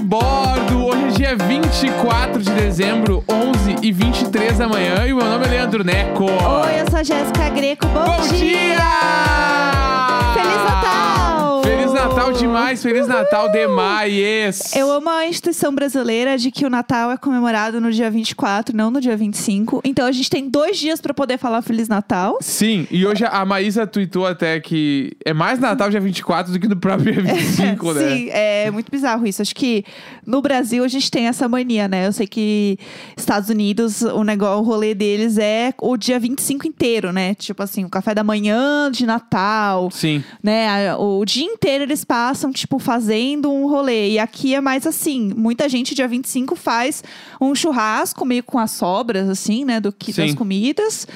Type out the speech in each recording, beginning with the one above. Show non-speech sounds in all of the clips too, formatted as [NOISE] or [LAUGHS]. bordo. Hoje é dia 24 de dezembro, 11 e 23 da manhã. E o meu nome é Leandro Neco. Oi, eu sou a Jéssica Greco. Bom, Bom dia! Feliz Natal! Feliz Natal demais, Feliz Natal demais! Eu amo a instituição brasileira de que o Natal é comemorado no dia 24, não no dia 25. Então a gente tem dois dias pra poder falar Feliz Natal. Sim, e hoje a Maísa tweetou até que é mais Natal dia 24 do que no [LAUGHS] próprio dia 25, né? Sim, é muito bizarro isso. Acho que no Brasil a gente tem essa mania, né? Eu sei que Estados Unidos, o negócio, o rolê deles é o dia 25 inteiro, né? Tipo assim, o café da manhã de Natal, Sim. né? a- O dia inteiro eles passam, tipo, fazendo um rolê. E aqui é mais assim: muita gente, dia 25, faz um churrasco meio com as sobras, assim, né? Do que das Sim. comidas.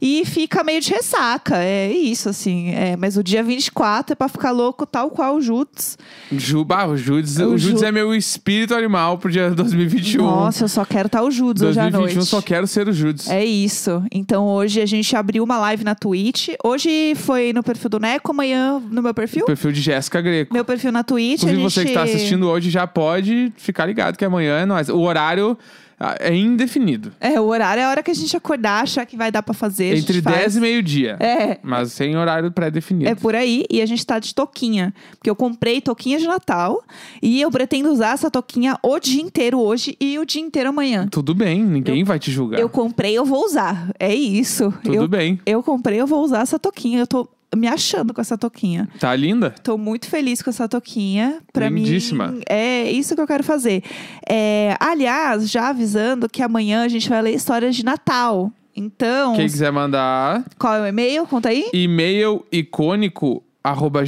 E fica meio de ressaca. É isso, assim. É, mas o dia 24 é pra ficar louco, tal qual o Juts. Ju, bah, o Judas, O o Judas Ju- é meu espírito animal pro dia 2021. Nossa, eu só quero estar o Judas hoje à 2021 noite. só quero ser o Judas. É isso. Então hoje a gente abriu uma live na Twitch. Hoje foi no perfil do Neco, amanhã no meu perfil. O perfil de Jéssica Greco. Meu perfil na Twitch. Inclusive, a gente... você que está assistindo hoje já pode ficar ligado que amanhã é nós. O horário ah, é indefinido. É, o horário é a hora que a gente acordar, achar que vai dar pra fazer. Entre 10 e meio-dia. É. Mas sem horário pré-definido. É por aí, e a gente tá de toquinha. Porque eu comprei toquinha de Natal e eu pretendo usar essa toquinha o dia inteiro hoje e o dia inteiro amanhã. Tudo bem, ninguém vai te julgar. Eu comprei, eu vou usar. É isso. Tá. Tudo eu, bem. eu comprei, eu vou usar essa toquinha. Eu tô me achando com essa toquinha. Tá linda? Tô muito feliz com essa toquinha. Pra Lindíssima. mim, é isso que eu quero fazer. É, aliás, já avisando que amanhã a gente vai ler histórias de Natal. Então, Quem quiser mandar qual é o e-mail? Conta aí. e-mail icônico arroba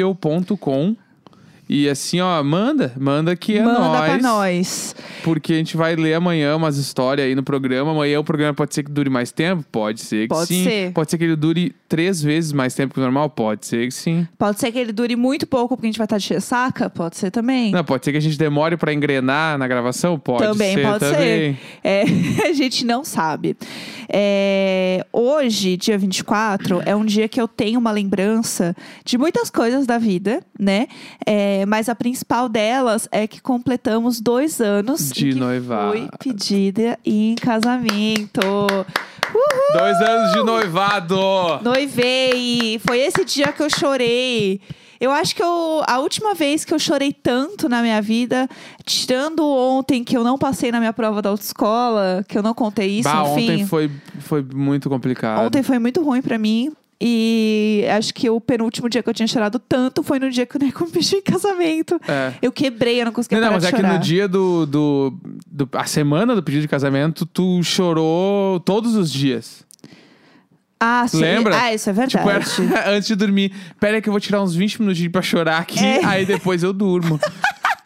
gmail.com e assim, ó, manda, manda que é Manda nós. pra nós. Porque a gente vai ler amanhã umas histórias aí no programa. Amanhã o programa pode ser que dure mais tempo? Pode ser que Pode sim. ser. Pode ser que ele dure três vezes mais tempo que o normal? Pode ser que sim. Pode ser que ele dure muito pouco porque a gente vai estar de ressaca? Pode ser também. Não, pode ser que a gente demore pra engrenar na gravação? Pode também ser. pode também. ser. É, [LAUGHS] a gente não sabe. É, hoje, dia 24, é um dia que eu tenho uma lembrança de muitas coisas da vida, né? É, mas a principal delas é que completamos dois anos De em que noivado. Fui pedida em casamento. Uh! Dois anos de noivado! Noivei! Foi esse dia que eu chorei. Eu acho que eu, a última vez que eu chorei tanto na minha vida, tirando ontem que eu não passei na minha prova da autoescola, que eu não contei isso, bah, enfim. ontem foi, foi muito complicado. Ontem foi muito ruim pra mim. E acho que o penúltimo dia que eu tinha chorado tanto foi no dia que o Neco me pediu em casamento. É. Eu quebrei, eu não consegui Não, não, parar mas de é que chorar. no dia do, do, do- A semana do pedido de casamento, tu chorou todos os dias. Ah, sim. Lembra? Ah, isso é verdade. Tipo, era [LAUGHS] antes de dormir. Pera aí que eu vou tirar uns 20 minutinhos pra chorar aqui, É. aí depois eu [LAUGHS] durmo.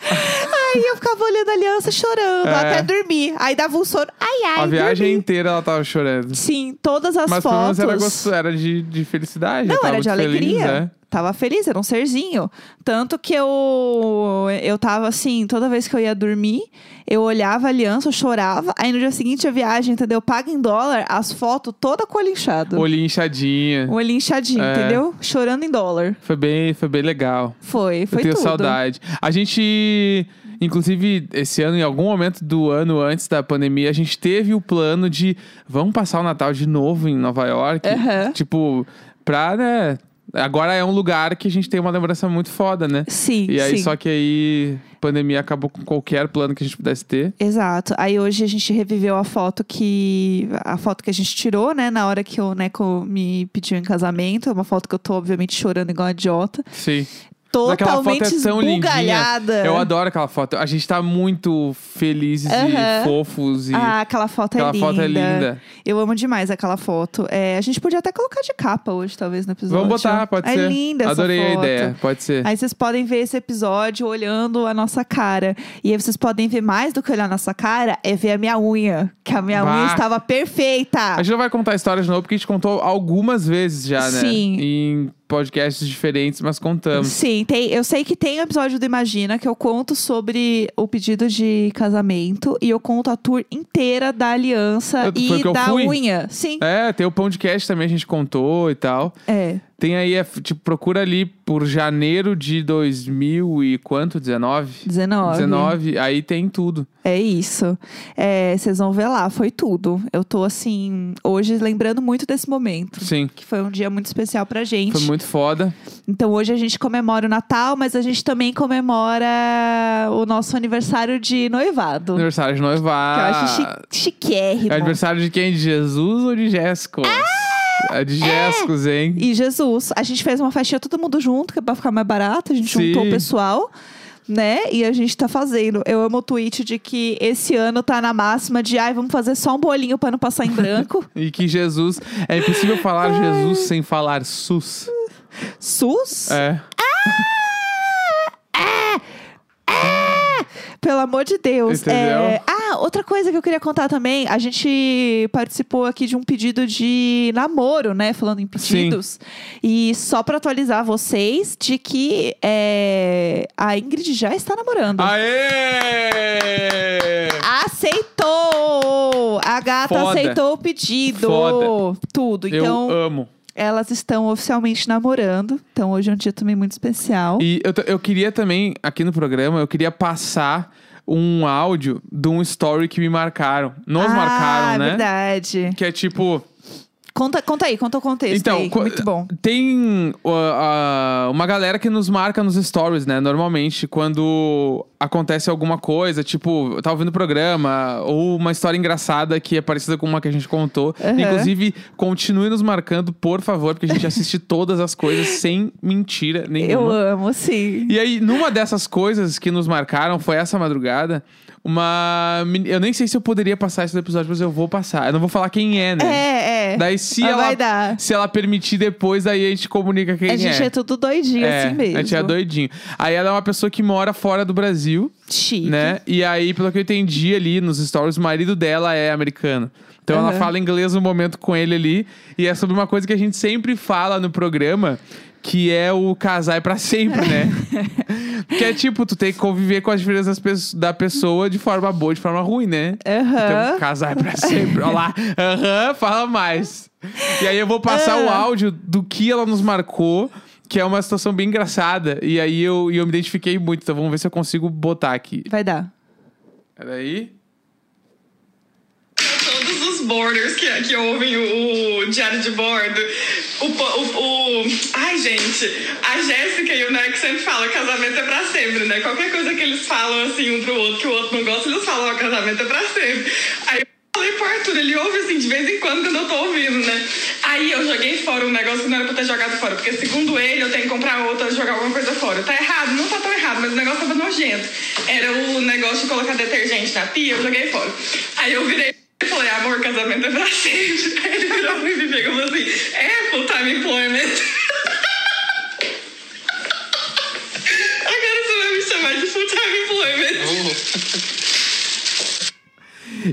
Aí eu ficava olhando a aliança chorando É. até dormir. Aí dava um sono. Ai, ai, a viagem é dormi. inteira ela tava chorando. Sim, todas as Mas pelo menos fotos. era, gostoso, era de, de felicidade. eu Não, tava era de muito feliz, alegria. né? Tava feliz, era um serzinho. Tanto que eu eu tava assim, toda vez que eu ia dormir, eu olhava a aliança, eu chorava. Aí no dia seguinte a viagem, entendeu? Paga em dólar, as fotos toda com o olho inchado. Olhinho inchadinha. O olho inchadinho, É. entendeu? Chorando em dólar. Foi bem, foi bem legal. Foi, foi eu tenho tudo. saudade. A gente, inclusive, esse ano, em algum momento do ano antes da pandemia, a gente teve o plano de vamos passar o Natal de novo em Nova York. Aham. Tipo, pra, né? Agora é um lugar que a gente tem uma lembrança muito foda, né? Sim, E aí, sim. só que aí, pandemia acabou com qualquer plano que a gente pudesse ter. Exato. Aí hoje a gente reviveu a foto que. A foto que a gente tirou, né? Na hora que o Neco me pediu em casamento. É uma foto que eu tô, obviamente, chorando igual uma idiota. Sim. Mas aquela foto Totalmente é tão esbugalhada. lindinha. Eu adoro aquela foto. A gente tá muito felizes e Aham. fofos. E Ah, aquela foto é aquela linda. foto é linda. Eu amo demais aquela foto. É, a gente podia até colocar de capa hoje, talvez, no episódio. Vamos botar, pode é ser. linda essa Adorei a foto. ideia, pode ser. Aí vocês podem ver esse episódio olhando a nossa cara. E aí vocês podem ver mais do que olhar a nossa cara, é ver a minha unha. Que a minha Bah. unha estava A perfeita. gente não vai contar a história de novo, porque a gente contou algumas vezes já, né? Sim. Em podcasts diferentes, mas contamos. Sim, tem, eu sei que tem um episódio do Imagina que eu conto sobre o pedido de casamento e eu conto a tour inteira da aliança Eu- foi e que eu da fui? unha. Sim, É, tem o podcast também, a gente contou e tal. é. Tem aí, é, tipo, procura ali por janeiro de 2000 e quanto? 19? 19. 19, aí tem tudo. É isso. É, Vocês vão ver lá, foi tudo. Eu tô assim, hoje lembrando muito desse momento. Sim. Que foi um dia muito especial pra gente. Foi muito foda. Então hoje a gente comemora o Natal, mas a gente também comemora o nosso aniversário de noivado. Aniversário de Que eu noivado. acho né? chi chiquérrimo. É aniversário de quem? De Jesus ou de Jéssicos? É de Jéssicos, hein? E Jesus, a gente fez uma festinha todo mundo junto, que é pra ficar mais barato, a gente Sim. juntou o pessoal, né? E a gente tá fazendo. Eu amo o tweet de que esse ano tá na máxima de, ai, vamos fazer só um bolinho pra não passar em [LAUGHS] branco. E que Jesus. É impossível falar Jesus sem falar SUS. SUS? É. Pelo amor de Deus. Entendeu? É, Ah, outra coisa que eu queria contar também. A gente participou aqui de um pedido de namoro, né? Falando em pedidos. E só pra atualizar vocês de que é, a Ingrid já está Ah, namorando. Aê! Aceitou! A gata Foda. aceitou o pedido. Foda. Tudo. Então, Eu amo. elas estão oficialmente namorando. Então, hoje é um dia também muito especial. E eu, t- eu queria também, aqui no programa, eu queria passar um áudio de um story que me marcaram. Nos ah, marcaram, né? verdade. Que é tipo. Conta, conta aí, conta o contexto Então, aí. co- Muito bom. Tem uh, uh, uma galera que nos marca nos stories, né? Normalmente, quando acontece alguma coisa, tipo, eu tava ouvindo o programa, ou uma história engraçada que é parecida com uma que a gente contou. Aham. Inclusive, continue nos marcando, por favor, porque a gente [LAUGHS] assiste todas as coisas sem mentira nenhuma. Eu amo, sim. E aí, numa dessas coisas que nos marcaram, foi essa madrugada, uma. meni- Eu nem sei se eu poderia passar esse episódio, mas eu vou passar. Eu não vou falar quem é, né? É, é. Daí, se Mas ela, vai dar. se ela permitir depois, aí a gente comunica quem a gente é. tudo doidinho É, assim mesmo. A gente é doidinho. Aí ela é uma pessoa que mora fora do Brasil, Chique. né? E aí, pelo que eu entendi ali nos stories, o marido dela é americano. Então ela Aham. fala inglês um momento com ele ali. E é sobre uma coisa que a gente sempre fala no programa, que é o casar é pra sempre, [LAUGHS] né? que é tipo, tu tem que conviver com as diferenças das pesso- da pessoa de forma boa, de forma ruim, né? Aham. Então, casar é pra sempre. Olha lá. Aham, fala mais. E aí eu vou passar o áudio do que ela nos marcou, que é uma situação bem engraçada. E aí eu, e eu me identifiquei muito, então vamos ver se eu consigo botar aqui. Vai dar. Peraí. todos os boarders que, que ouvem o, o Diário de Bordo. O, po- o, o- ai, gente, a Jéssica e o Neco sempre falam casamento é pra sempre, né? Qualquer coisa que eles falam assim um pro outro, que o outro não gosta, eles falam ó, casamento é pra sempre. Aí eu falei pro Arthur, ele ouve assim de vez em quando quando eu tô ouvindo, né? Aí eu joguei fora um negócio que não era pra ter jogado fora, porque segundo ele eu tenho que comprar outra, jogar alguma coisa fora. Tá errado, não tá tão errado, mas o negócio tava nojento. Era o negócio de colocar detergente na pia, eu joguei fora. Aí eu virei. Eu falei, amor, casamento [LAUGHS] é pra sempre. Aí ele virou pra mim e pegou e falou assim, é full time employment. [LAUGHS] Agora você vai me chamar de full time employment.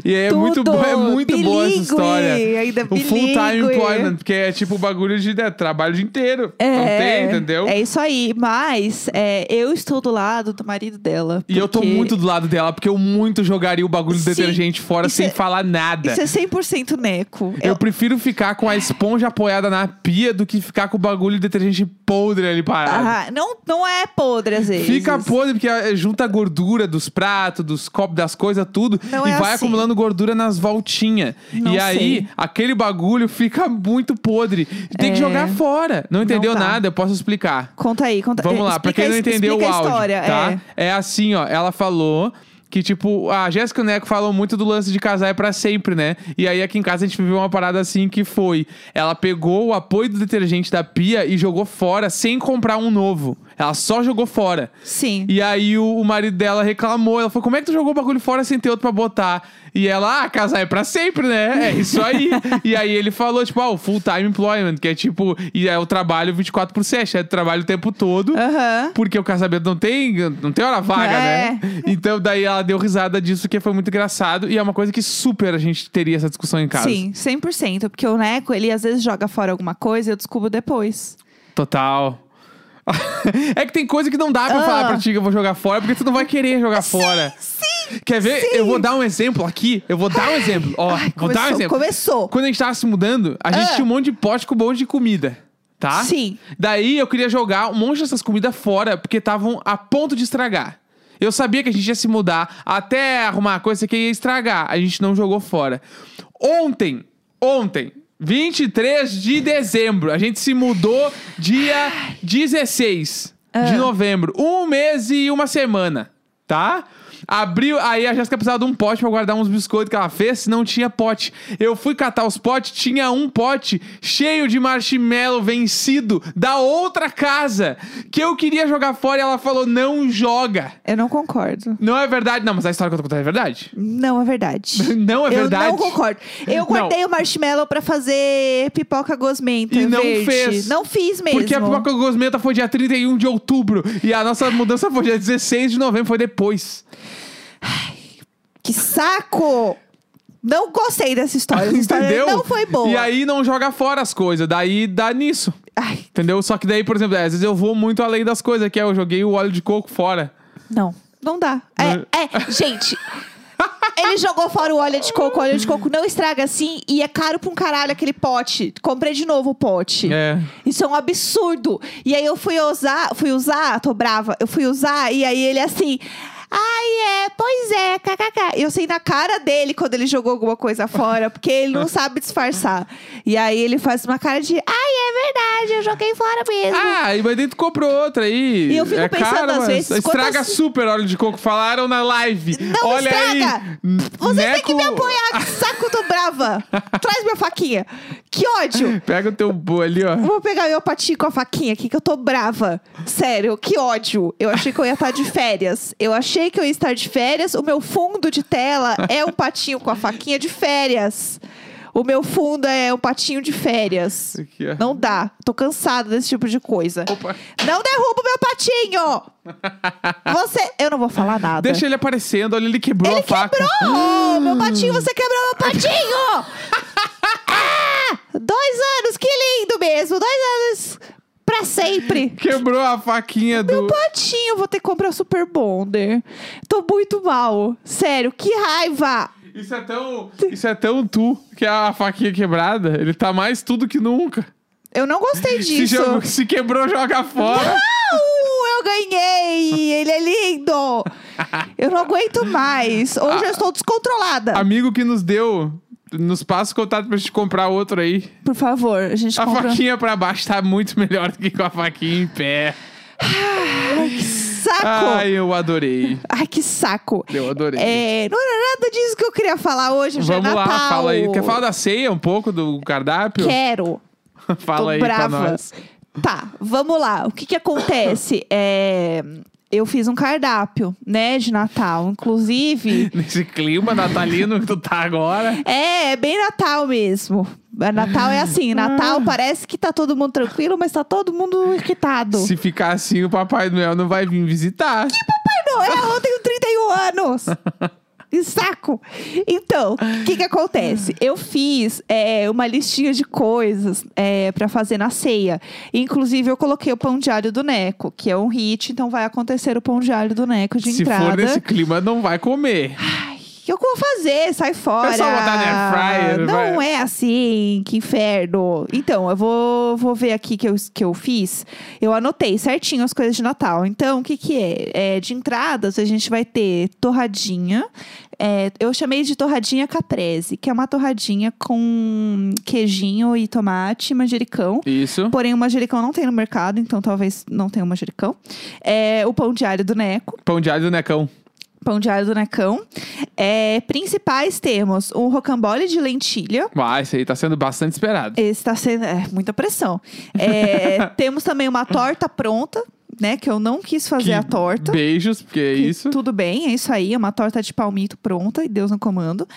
E é Tudo. muito, bo- é muito boa essa Bilíngue, história. ainda o full time bilíngue. employment, porque é tipo o bagulho de né, trabalho o dia inteiro. não tem, entendeu? É isso aí. Mas é, eu estou do lado do marido dela. E eu tô porque muito do lado dela, porque eu muito jogaria o bagulho do Sim, detergente fora isso sem é- falar nada. Isso é 100% neco. Eu Eu- prefiro ficar com a esponja apoiada na pia do que ficar com o bagulho de detergente podre ali parado. Ah, não, não é podre, às vezes. Fica podre porque eh, junta a gordura dos pratos, dos copos, das coisas, tudo. Não e é vai assim. acumulando gordura nas voltinhas. Não e aí, sei. aquele bagulho fica muito podre. Tem É. que jogar fora. Não entendeu dá. nada? Eu posso explicar. Conta aí, conta Vamos lá, pra explica quem não a- entendeu o explica a áudio, história, tá? é. É. assim, ó, ela falou que, tipo, a Jéssica e o Neco falam muito do lance de casar é pra sempre, né? E aí aqui em casa a gente viveu uma parada assim que foi, ela pegou o apoio do detergente da pia e jogou fora sem comprar um novo. Ela só jogou fora. Sim. E aí o, o marido dela reclamou. Ela falou: como é que tu jogou o bagulho fora sem ter outro pra botar? E ela, ah, casar é pra sempre, né? É isso [LAUGHS] aí. e aí ele falou, tipo, ah, o full time employment, que é tipo, e é o trabalho 24 por 7, é trabalho o tempo todo. Aham. Porque o casamento não tem, não tem hora vaga, É. né? Então daí ela deu risada disso, que foi muito engraçado. E é uma coisa que super a gente teria essa discussão em casa. Sim, 100%. Porque o Neco, ele às vezes joga fora alguma coisa e eu descubro depois. Total. [LAUGHS] é que tem coisa que não dá pra eu Ah. falar pra ti que eu vou jogar fora, porque tu não vai querer jogar fora. Sim! Quer ver? Sim. Eu vou dar um exemplo aqui. Eu vou dar um exemplo. Ó, Ai, vou dar um começou, exemplo. começou. Quando a gente tava se mudando, a gente Ah. tinha um monte de pote com um monte de comida. tá? Sim. Daí eu queria jogar um monte dessas comidas fora, porque estavam a ponto de estragar. Eu sabia que a gente ia se mudar, até arrumar a coisa que ia estragar. A gente não jogou fora. Ontem, ontem, 23 de dezembro, a gente se mudou dia 16 de Ah. novembro. Um mês e uma semana, tá? Abriu, aí a Jéssica precisava de um pote pra guardar uns biscoitos que ela fez, não tinha pote. Eu fui catar os potes, tinha um pote cheio de marshmallow vencido da outra casa que eu queria jogar fora e ela falou: não joga. Eu não concordo. Não é verdade, não, mas a história que eu tô contando é verdade. Não é [LAUGHS] verdade. Não é verdade. Eu não concordo. Eu Não. cortei o marshmallow pra fazer pipoca gosmenta. E não verde. fez. Não fiz mesmo. Porque a pipoca gosmenta foi dia 31 de outubro e a nossa mudança foi dia 16 de novembro, foi depois. Que saco! Não gostei dessa história. Essa [LAUGHS] história Entendeu? Tá. não foi boa. E aí não joga fora as coisas, daí dá nisso. Ai, Entendeu? Só que daí, por exemplo, é, às vezes eu vou muito além das coisas, que é eu joguei o óleo de coco fora. não, não dá. É, é, gente. Ele jogou fora o óleo de coco. O óleo de coco não estraga assim. E é caro pra um caralho aquele pote. Comprei de novo o pote. É. Isso é um absurdo. E aí eu fui usar, fui usar, tô brava, eu fui usar, e aí ele assim. Ai, é, pois é, kkk. Eu sei na cara dele quando ele jogou alguma coisa fora, porque ele não sabe disfarçar. E aí ele faz uma cara de, ai, é verdade, eu joguei fora mesmo. Ah, e mas daí tu comprou outra aí. E eu fico é pensando caro, às mas vezes, Estraga quantas- super óleo de coco, falaram na live. Não Olha estraga! aí. Você tem Neco- que me apoiar, que saco [LAUGHS] do brava! Traz minha faquinha. Que ódio! Pega o teu bo ali, ó. Eu Vou pegar meu patinho com a faquinha aqui, que eu tô brava. Sério, que ódio. Eu achei que eu ia estar de férias. Eu achei que eu ia estar de férias. O meu fundo de tela é um patinho com a faquinha de férias. O meu fundo é um patinho de férias. Aqui, ó. Não dá. Tô cansada desse tipo de coisa. é. Opa. Não derruba o [LAUGHS] meu patinho! Você. Eu não vou falar nada. Deixa ele aparecendo, olha, ele quebrou Ele a faca. quebrou! meu Hum. patinho, você quebrou meu patinho! [LAUGHS] ah! Dois anos, que lindo mesmo! Dois anos pra sempre! Quebrou a faquinha do. Patinho, vou ter que comprar o Super Bonder. Tô muito mal. Sério, que raiva! Isso é tão. Isso é tão tu que a faquinha quebrada. Ele tá mais tudo que nunca. Eu não gostei Se, disso. jogou- se quebrou, joga fora. Au! Eu ganhei! Ele é lindo! Eu não aguento mais. Hoje Ah. eu estou descontrolada. Amigo que nos deu. Nos passa o contato pra gente comprar outro aí. Por favor, a gente A compra. um faquinha pra baixo tá muito melhor do que com a faquinha em pé. Saco! Ai, eu [LAUGHS] adorei. Ai, que saco. Eu adorei. É, não era nada disso que eu queria falar hoje. hoje Vamos é Natal. lá, fala aí. Quer falar da ceia um pouco do cardápio? Quero. [LAUGHS] fala Tô aí brava. pra nós. [LAUGHS] Tá, vamos lá. O que que acontece? É, eu fiz um cardápio, né, de [LAUGHS] Natal. Inclusive, Nesse clima natalino que tu tá agora. é, é bem Natal mesmo. É, Natal é assim, Ah. Natal parece que tá todo mundo tranquilo, mas tá todo mundo irritado. Se ficar assim, o Papai Noel não vai vir visitar. Não, é, eu tenho 31 anos. [LAUGHS] Que Saco! Então, o que que acontece? Eu fiz é, uma listinha de coisas é, para fazer na ceia. Inclusive, eu coloquei o pão de alho do Neco, que é um hit, então vai acontecer o pão de alho do Neco tipo de Se entrada. for nesse clima, não vai comer. Ai, o que eu vou fazer? Sai fora! É só botar na air fryer, Não vai. é assim, que inferno! Então, eu vou, vou ver aqui que eu, que eu fiz. Eu anotei certinho as coisas de Natal. Então, o que que é? é? De entradas, a gente vai ter torradinha. É, eu chamei de torradinha caprese, que é uma torradinha com queijinho e tomate, manjericão. Isso. Porém, o manjericão não tem no mercado, então talvez não tenha o manjericão. É, o pão de alho do Neco. Pão de alho do Necão. Pão de alho do Necão. É, principais temos um rocambole de lentilha. Vai, isso aí tá sendo bastante esperado. Esse tá sendo é, muita pressão. É, [LAUGHS] temos também uma torta pronta, né? Que eu não quis fazer Que a torta. Beijos, porque é isso. Tudo bem, é isso aí. É uma torta de palmito pronta e Deus no comando.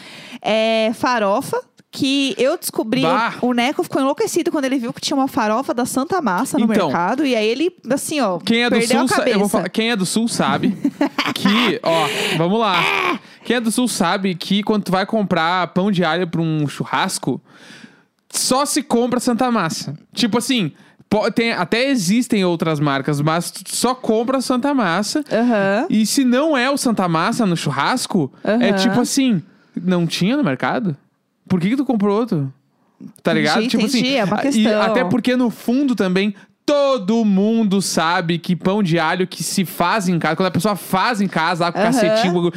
É, farofa, que eu descobri. Bah! O, o Neco ficou enlouquecido quando ele viu que tinha uma farofa da Santa Massa no Então. mercado. E aí ele, assim, ó. Quem é do perdeu sul, a sa- cabeça. eu vou falar, quem é do sul sabe que, ó, vamos lá. Quem é do sul sabe que quando tu vai comprar pão de alho pra um churrasco, só se compra Santa Massa. Tipo assim, po- tem- até existem outras marcas, mas tu só compra Santa Massa. Aham. E se não é o Santa Massa no churrasco, é Aham. tipo assim, não tinha no mercado? Por que, que tu comprou outro? Tá ligado? Entendi, tipo assim. entendi, é uma e questão. até porque no fundo também. Todo mundo sabe que pão de alho que se faz em casa, quando a pessoa faz em casa, lá com o Aham. cacetinho. o bagulho-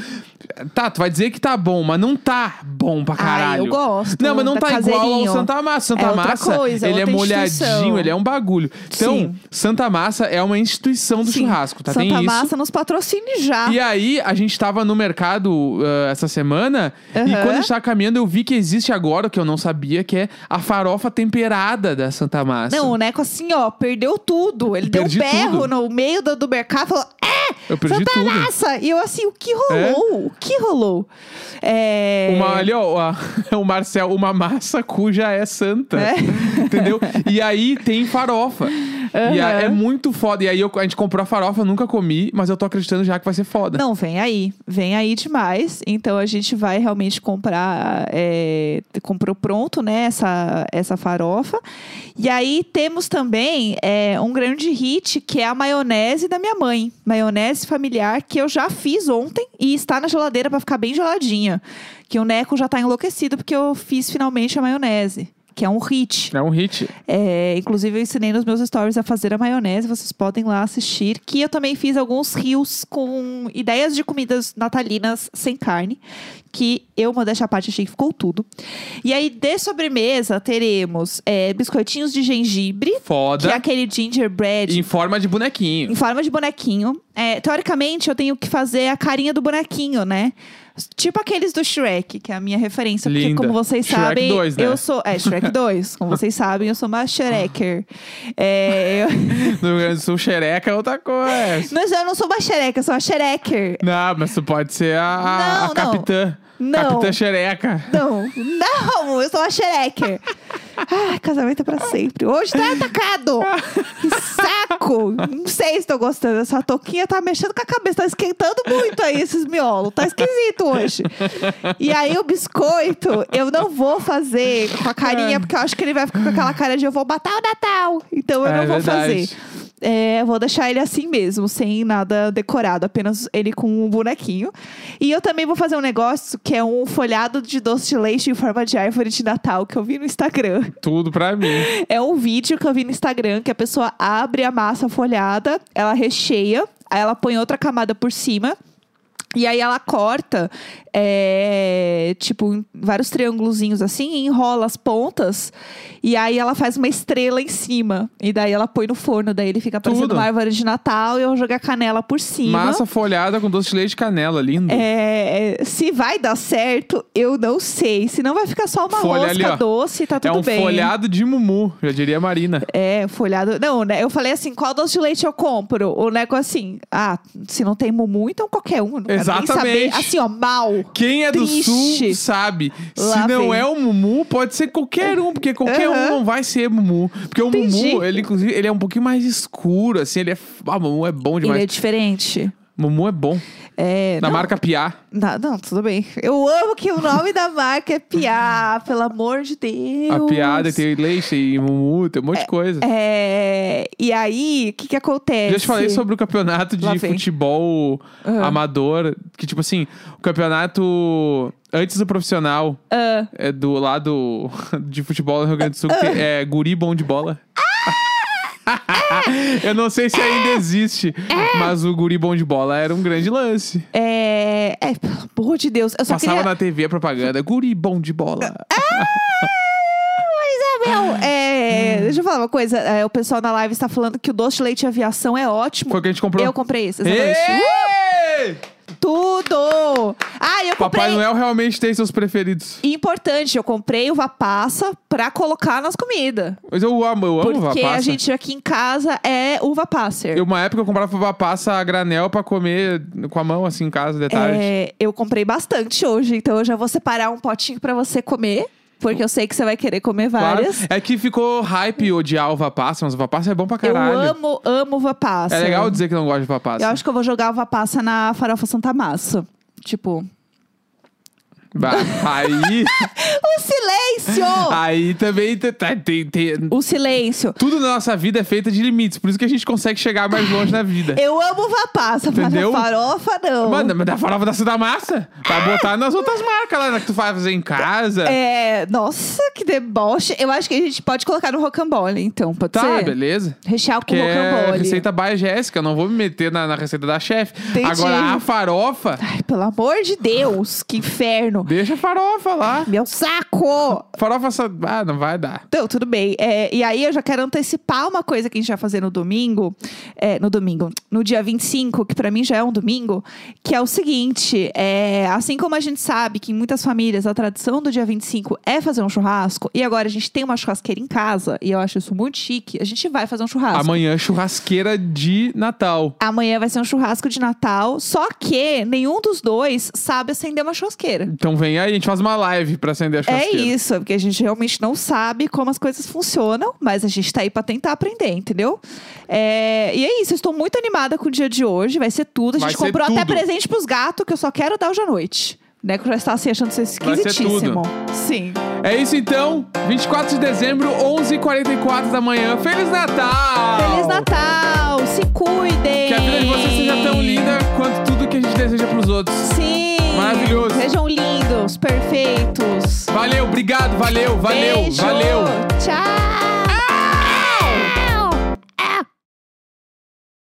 Tá, tu vai dizer que tá bom, mas não tá bom pra Ah, caralho. eu gosto. Não, mas não da tá igual caseirinho. ao Santa Massa. Santa É outra Massa, coisa, ele é outra instituição. molhadinho, ele é um bagulho. Então, Sim. Santa Massa é uma instituição do Sim. churrasco, tá? Santa Tem isso. Massa nos patrocine já. E aí, a gente tava no mercado ah, essa semana, e Aham. quando a gente tava caminhando, eu vi que existe agora, o que eu não sabia, que é a farofa temperada da Santa Massa. Não, o Neco assim, ó, perdeu tudo. Ele deu um Perdi berro tudo. no meio do, do mercado e falou: É! Eu perdi Santa tudo. Massa! E eu assim, o que rolou? O que rolou? É... Uma, ali, ó, a- [LAUGHS] é o Marcel, uma massa cuja é santa. É. Entendeu? E aí tem farofa. E a- é muito foda. E aí eu- a gente comprou a farofa, eu nunca comi, mas eu tô acreditando já que vai ser foda. Não, vem aí. Vem aí demais. Então a gente vai realmente comprar. é, comprou pronto, né? Essa, essa farofa. E aí temos também é, um grande hit que é a maionese da minha mãe. Maionese familiar que eu já fiz ontem e está na geladeira para ficar bem geladinha. Que o Neco já tá enlouquecido porque eu fiz finalmente a maionese. Que é um hit. É um hit. É, inclusive, eu ensinei nos meus stories a fazer a maionese, vocês podem lá assistir. Que eu também fiz alguns rios com ideias de comidas natalinas sem carne, que eu, modéstia à parte, achei que ficou tudo. E aí, de sobremesa, teremos é, biscoitinhos de gengibre, que é Foda. aquele gingerbread. Em forma de bonequinho. Em forma de bonequinho. É, teoricamente, eu tenho que fazer a carinha do bonequinho, né? Tipo aqueles do Shrek, que é a minha referência. Porque, Linda. como vocês Shrek sabem, 2, né? eu sou. É, Shrek 2. como vocês sabem, eu sou uma Shreker. É, eu- [LAUGHS] No Rio Grande do Sul, xereca é outra coisa. Mas eu não sou uma Shreker, eu sou uma Shreker. Não, mas tu pode ser a, a- Não, a não. capitã. Não. Capitã xereca. Não, não, eu sou uma Shreker. Ah, casamento é pra sempre. Hoje tá atacado. Que saco. Não sei se tô gostando. Essa touquinha tá mexendo com a cabeça. Tá esquentando muito aí esses miolos. Tá esquisito hoje. E aí o biscoito, eu não vou fazer com a É. carinha, porque eu acho que ele vai ficar com aquela cara de eu vou matar o Natal. Então eu É não vou verdade. fazer. É, eu vou deixar ele assim mesmo, sem nada decorado, apenas ele com um bonequinho. E eu também vou fazer um negócio que é um folhado de doce de leite em forma de árvore de Natal que eu vi no Instagram. Tudo pra mim. É um vídeo que eu vi no Instagram que a pessoa abre a massa folhada, ela recheia, aí ela põe outra camada por cima. E aí ela corta, é, tipo, em vários triângulozinhos assim, e enrola as pontas. E aí ela faz uma estrela em cima. E daí ela põe no forno, daí ele fica parecendo Tudo. uma árvore de Natal. E eu vou jogar canela por cima. Massa folhada com doce de leite e canela, lindo. É, se vai dar certo, eu não sei. Se não vai ficar só uma Folha rosca ali, ó. doce, tá É tudo um bem. folhado de mumu, já diria a Marina. É, folhado. Não, né? Eu falei assim, qual doce de leite eu compro? O Neco assim, ah, se não tem mumu, então qualquer um. eu Não quero nem Exatamente. saber. Assim, ó, mal. Quem é Triste. do sul sabe. Lá Se não vem. é o Mumu, pode ser qualquer um, porque qualquer um Aham. não vai ser Mumu. Porque o Entendi. Mumu, ele, inclusive, ele é um pouquinho mais escuro, assim, ele é. Ah, Mumu é bom demais. Ele é diferente. Mumu é bom. É, Na não, marca Piá. na- não, tudo bem. Eu amo que o nome da marca é [LAUGHS] Piá, pelo amor de Deus. A piada tem leite e mumu, tem um monte de coisa. É, e aí, o que que acontece? Já te falei sobre o campeonato Lá de vem. futebol Ah. amador, que tipo assim, o campeonato antes do profissional Ah, é do lado [LAUGHS] de futebol do Rio Grande do Sul, que tem- é guri bom de bola. Ah! [LAUGHS] Eu não sei se ainda É! existe, mas o guri bom de bola era um grande lance. é, é, pelo amor de Deus. Eu só Passava queria... É! na TV a propaganda, guri bom de bola. Ah, Isabel, Ah. é, deixa eu falar uma coisa. É, o pessoal na live está falando que o doce de leite de aviação é ótimo. Foi o que a gente comprou. Eu comprei esse, exatamente. Ê! Tudo! Ah, eu Uh! comprei... Papai Noel realmente tem seus preferidos. Importante, eu comprei uva passa pra colocar nas comidas. Mas eu amo, eu amo Porque uva passa. a gente aqui em casa é uva passer. Eu, uma época eu comprava uva passa a granel pra comer com a mão, assim, em casa, de tarde. É, eu comprei bastante hoje, então eu já vou separar um potinho pra você comer. Porque eu sei que você vai querer comer Claro. várias. É que ficou hype odiar uva passa, mas uva passa é bom pra caralho. Eu amo, amo uva passa. É legal dizer que não gosta de uva passa. Eu acho que eu vou jogar uva passa na farofa Santa Massa. Tipo. Bah, [LAUGHS] aí, O silêncio! aí também te- tá- tem- tem- O silêncio. tudo na nossa vida é feito de limites, por isso que a gente consegue chegar mais longe na vida. Eu amo vapaça, mas a Entendeu? farofa não. Mano, mas da farofa da Cida Massa. Vai botar nas outras marcas lá né, que tu faz fazer em casa. É, nossa, que deboche. Eu acho que a gente pode colocar no rocambole, então, pode tá, ser? beleza. Rechear com Que é rocambole. receita by Jéssica, eu não vou me meter na, na receita da chefe. Entendi. Agora a farofa, Ai, pelo amor de Deus, que inferno. deixa a farofa lá. Meu saco! Farofa, sa- ah, não vai dar. Então, tudo bem. É, e aí eu já quero antecipar uma coisa que a gente vai fazer no domingo. é, no domingo, no dia 25, que pra mim já é um domingo, que é o seguinte: é, assim como a gente sabe que em muitas famílias a tradição do dia 25 é fazer um churrasco, e agora a gente tem uma churrasqueira em casa, e eu acho isso muito chique, a gente vai fazer um churrasco. Amanhã, churrasqueira de Natal. Amanhã vai ser um churrasco de Natal, só que nenhum dos dois sabe acender uma churrasqueira. Então vem aí, a gente faz uma live pra acender a É churrasqueira. isso, porque a gente realmente não sabe como as coisas funcionam, mas a gente tá aí pra tentar aprender, entendeu? É, e é isso, eu estou muito animada com o dia de hoje, vai ser tudo. A Vai gente ser comprou até tudo. presente pros gatos, que eu só quero dar hoje à noite. Né, que já está se achando Vai ser esquisitíssimo. Sim. É isso então, 24 de dezembro, 11h44 da manhã. Feliz Natal! Feliz Natal! Se cuidem! Que a vida de vocês seja tão linda quanto tudo que a gente deseja pros outros. Sim! Maravilhoso. Sejam lindos, perfeitos. Valeu, obrigado, valeu, valeu, Beijo. valeu.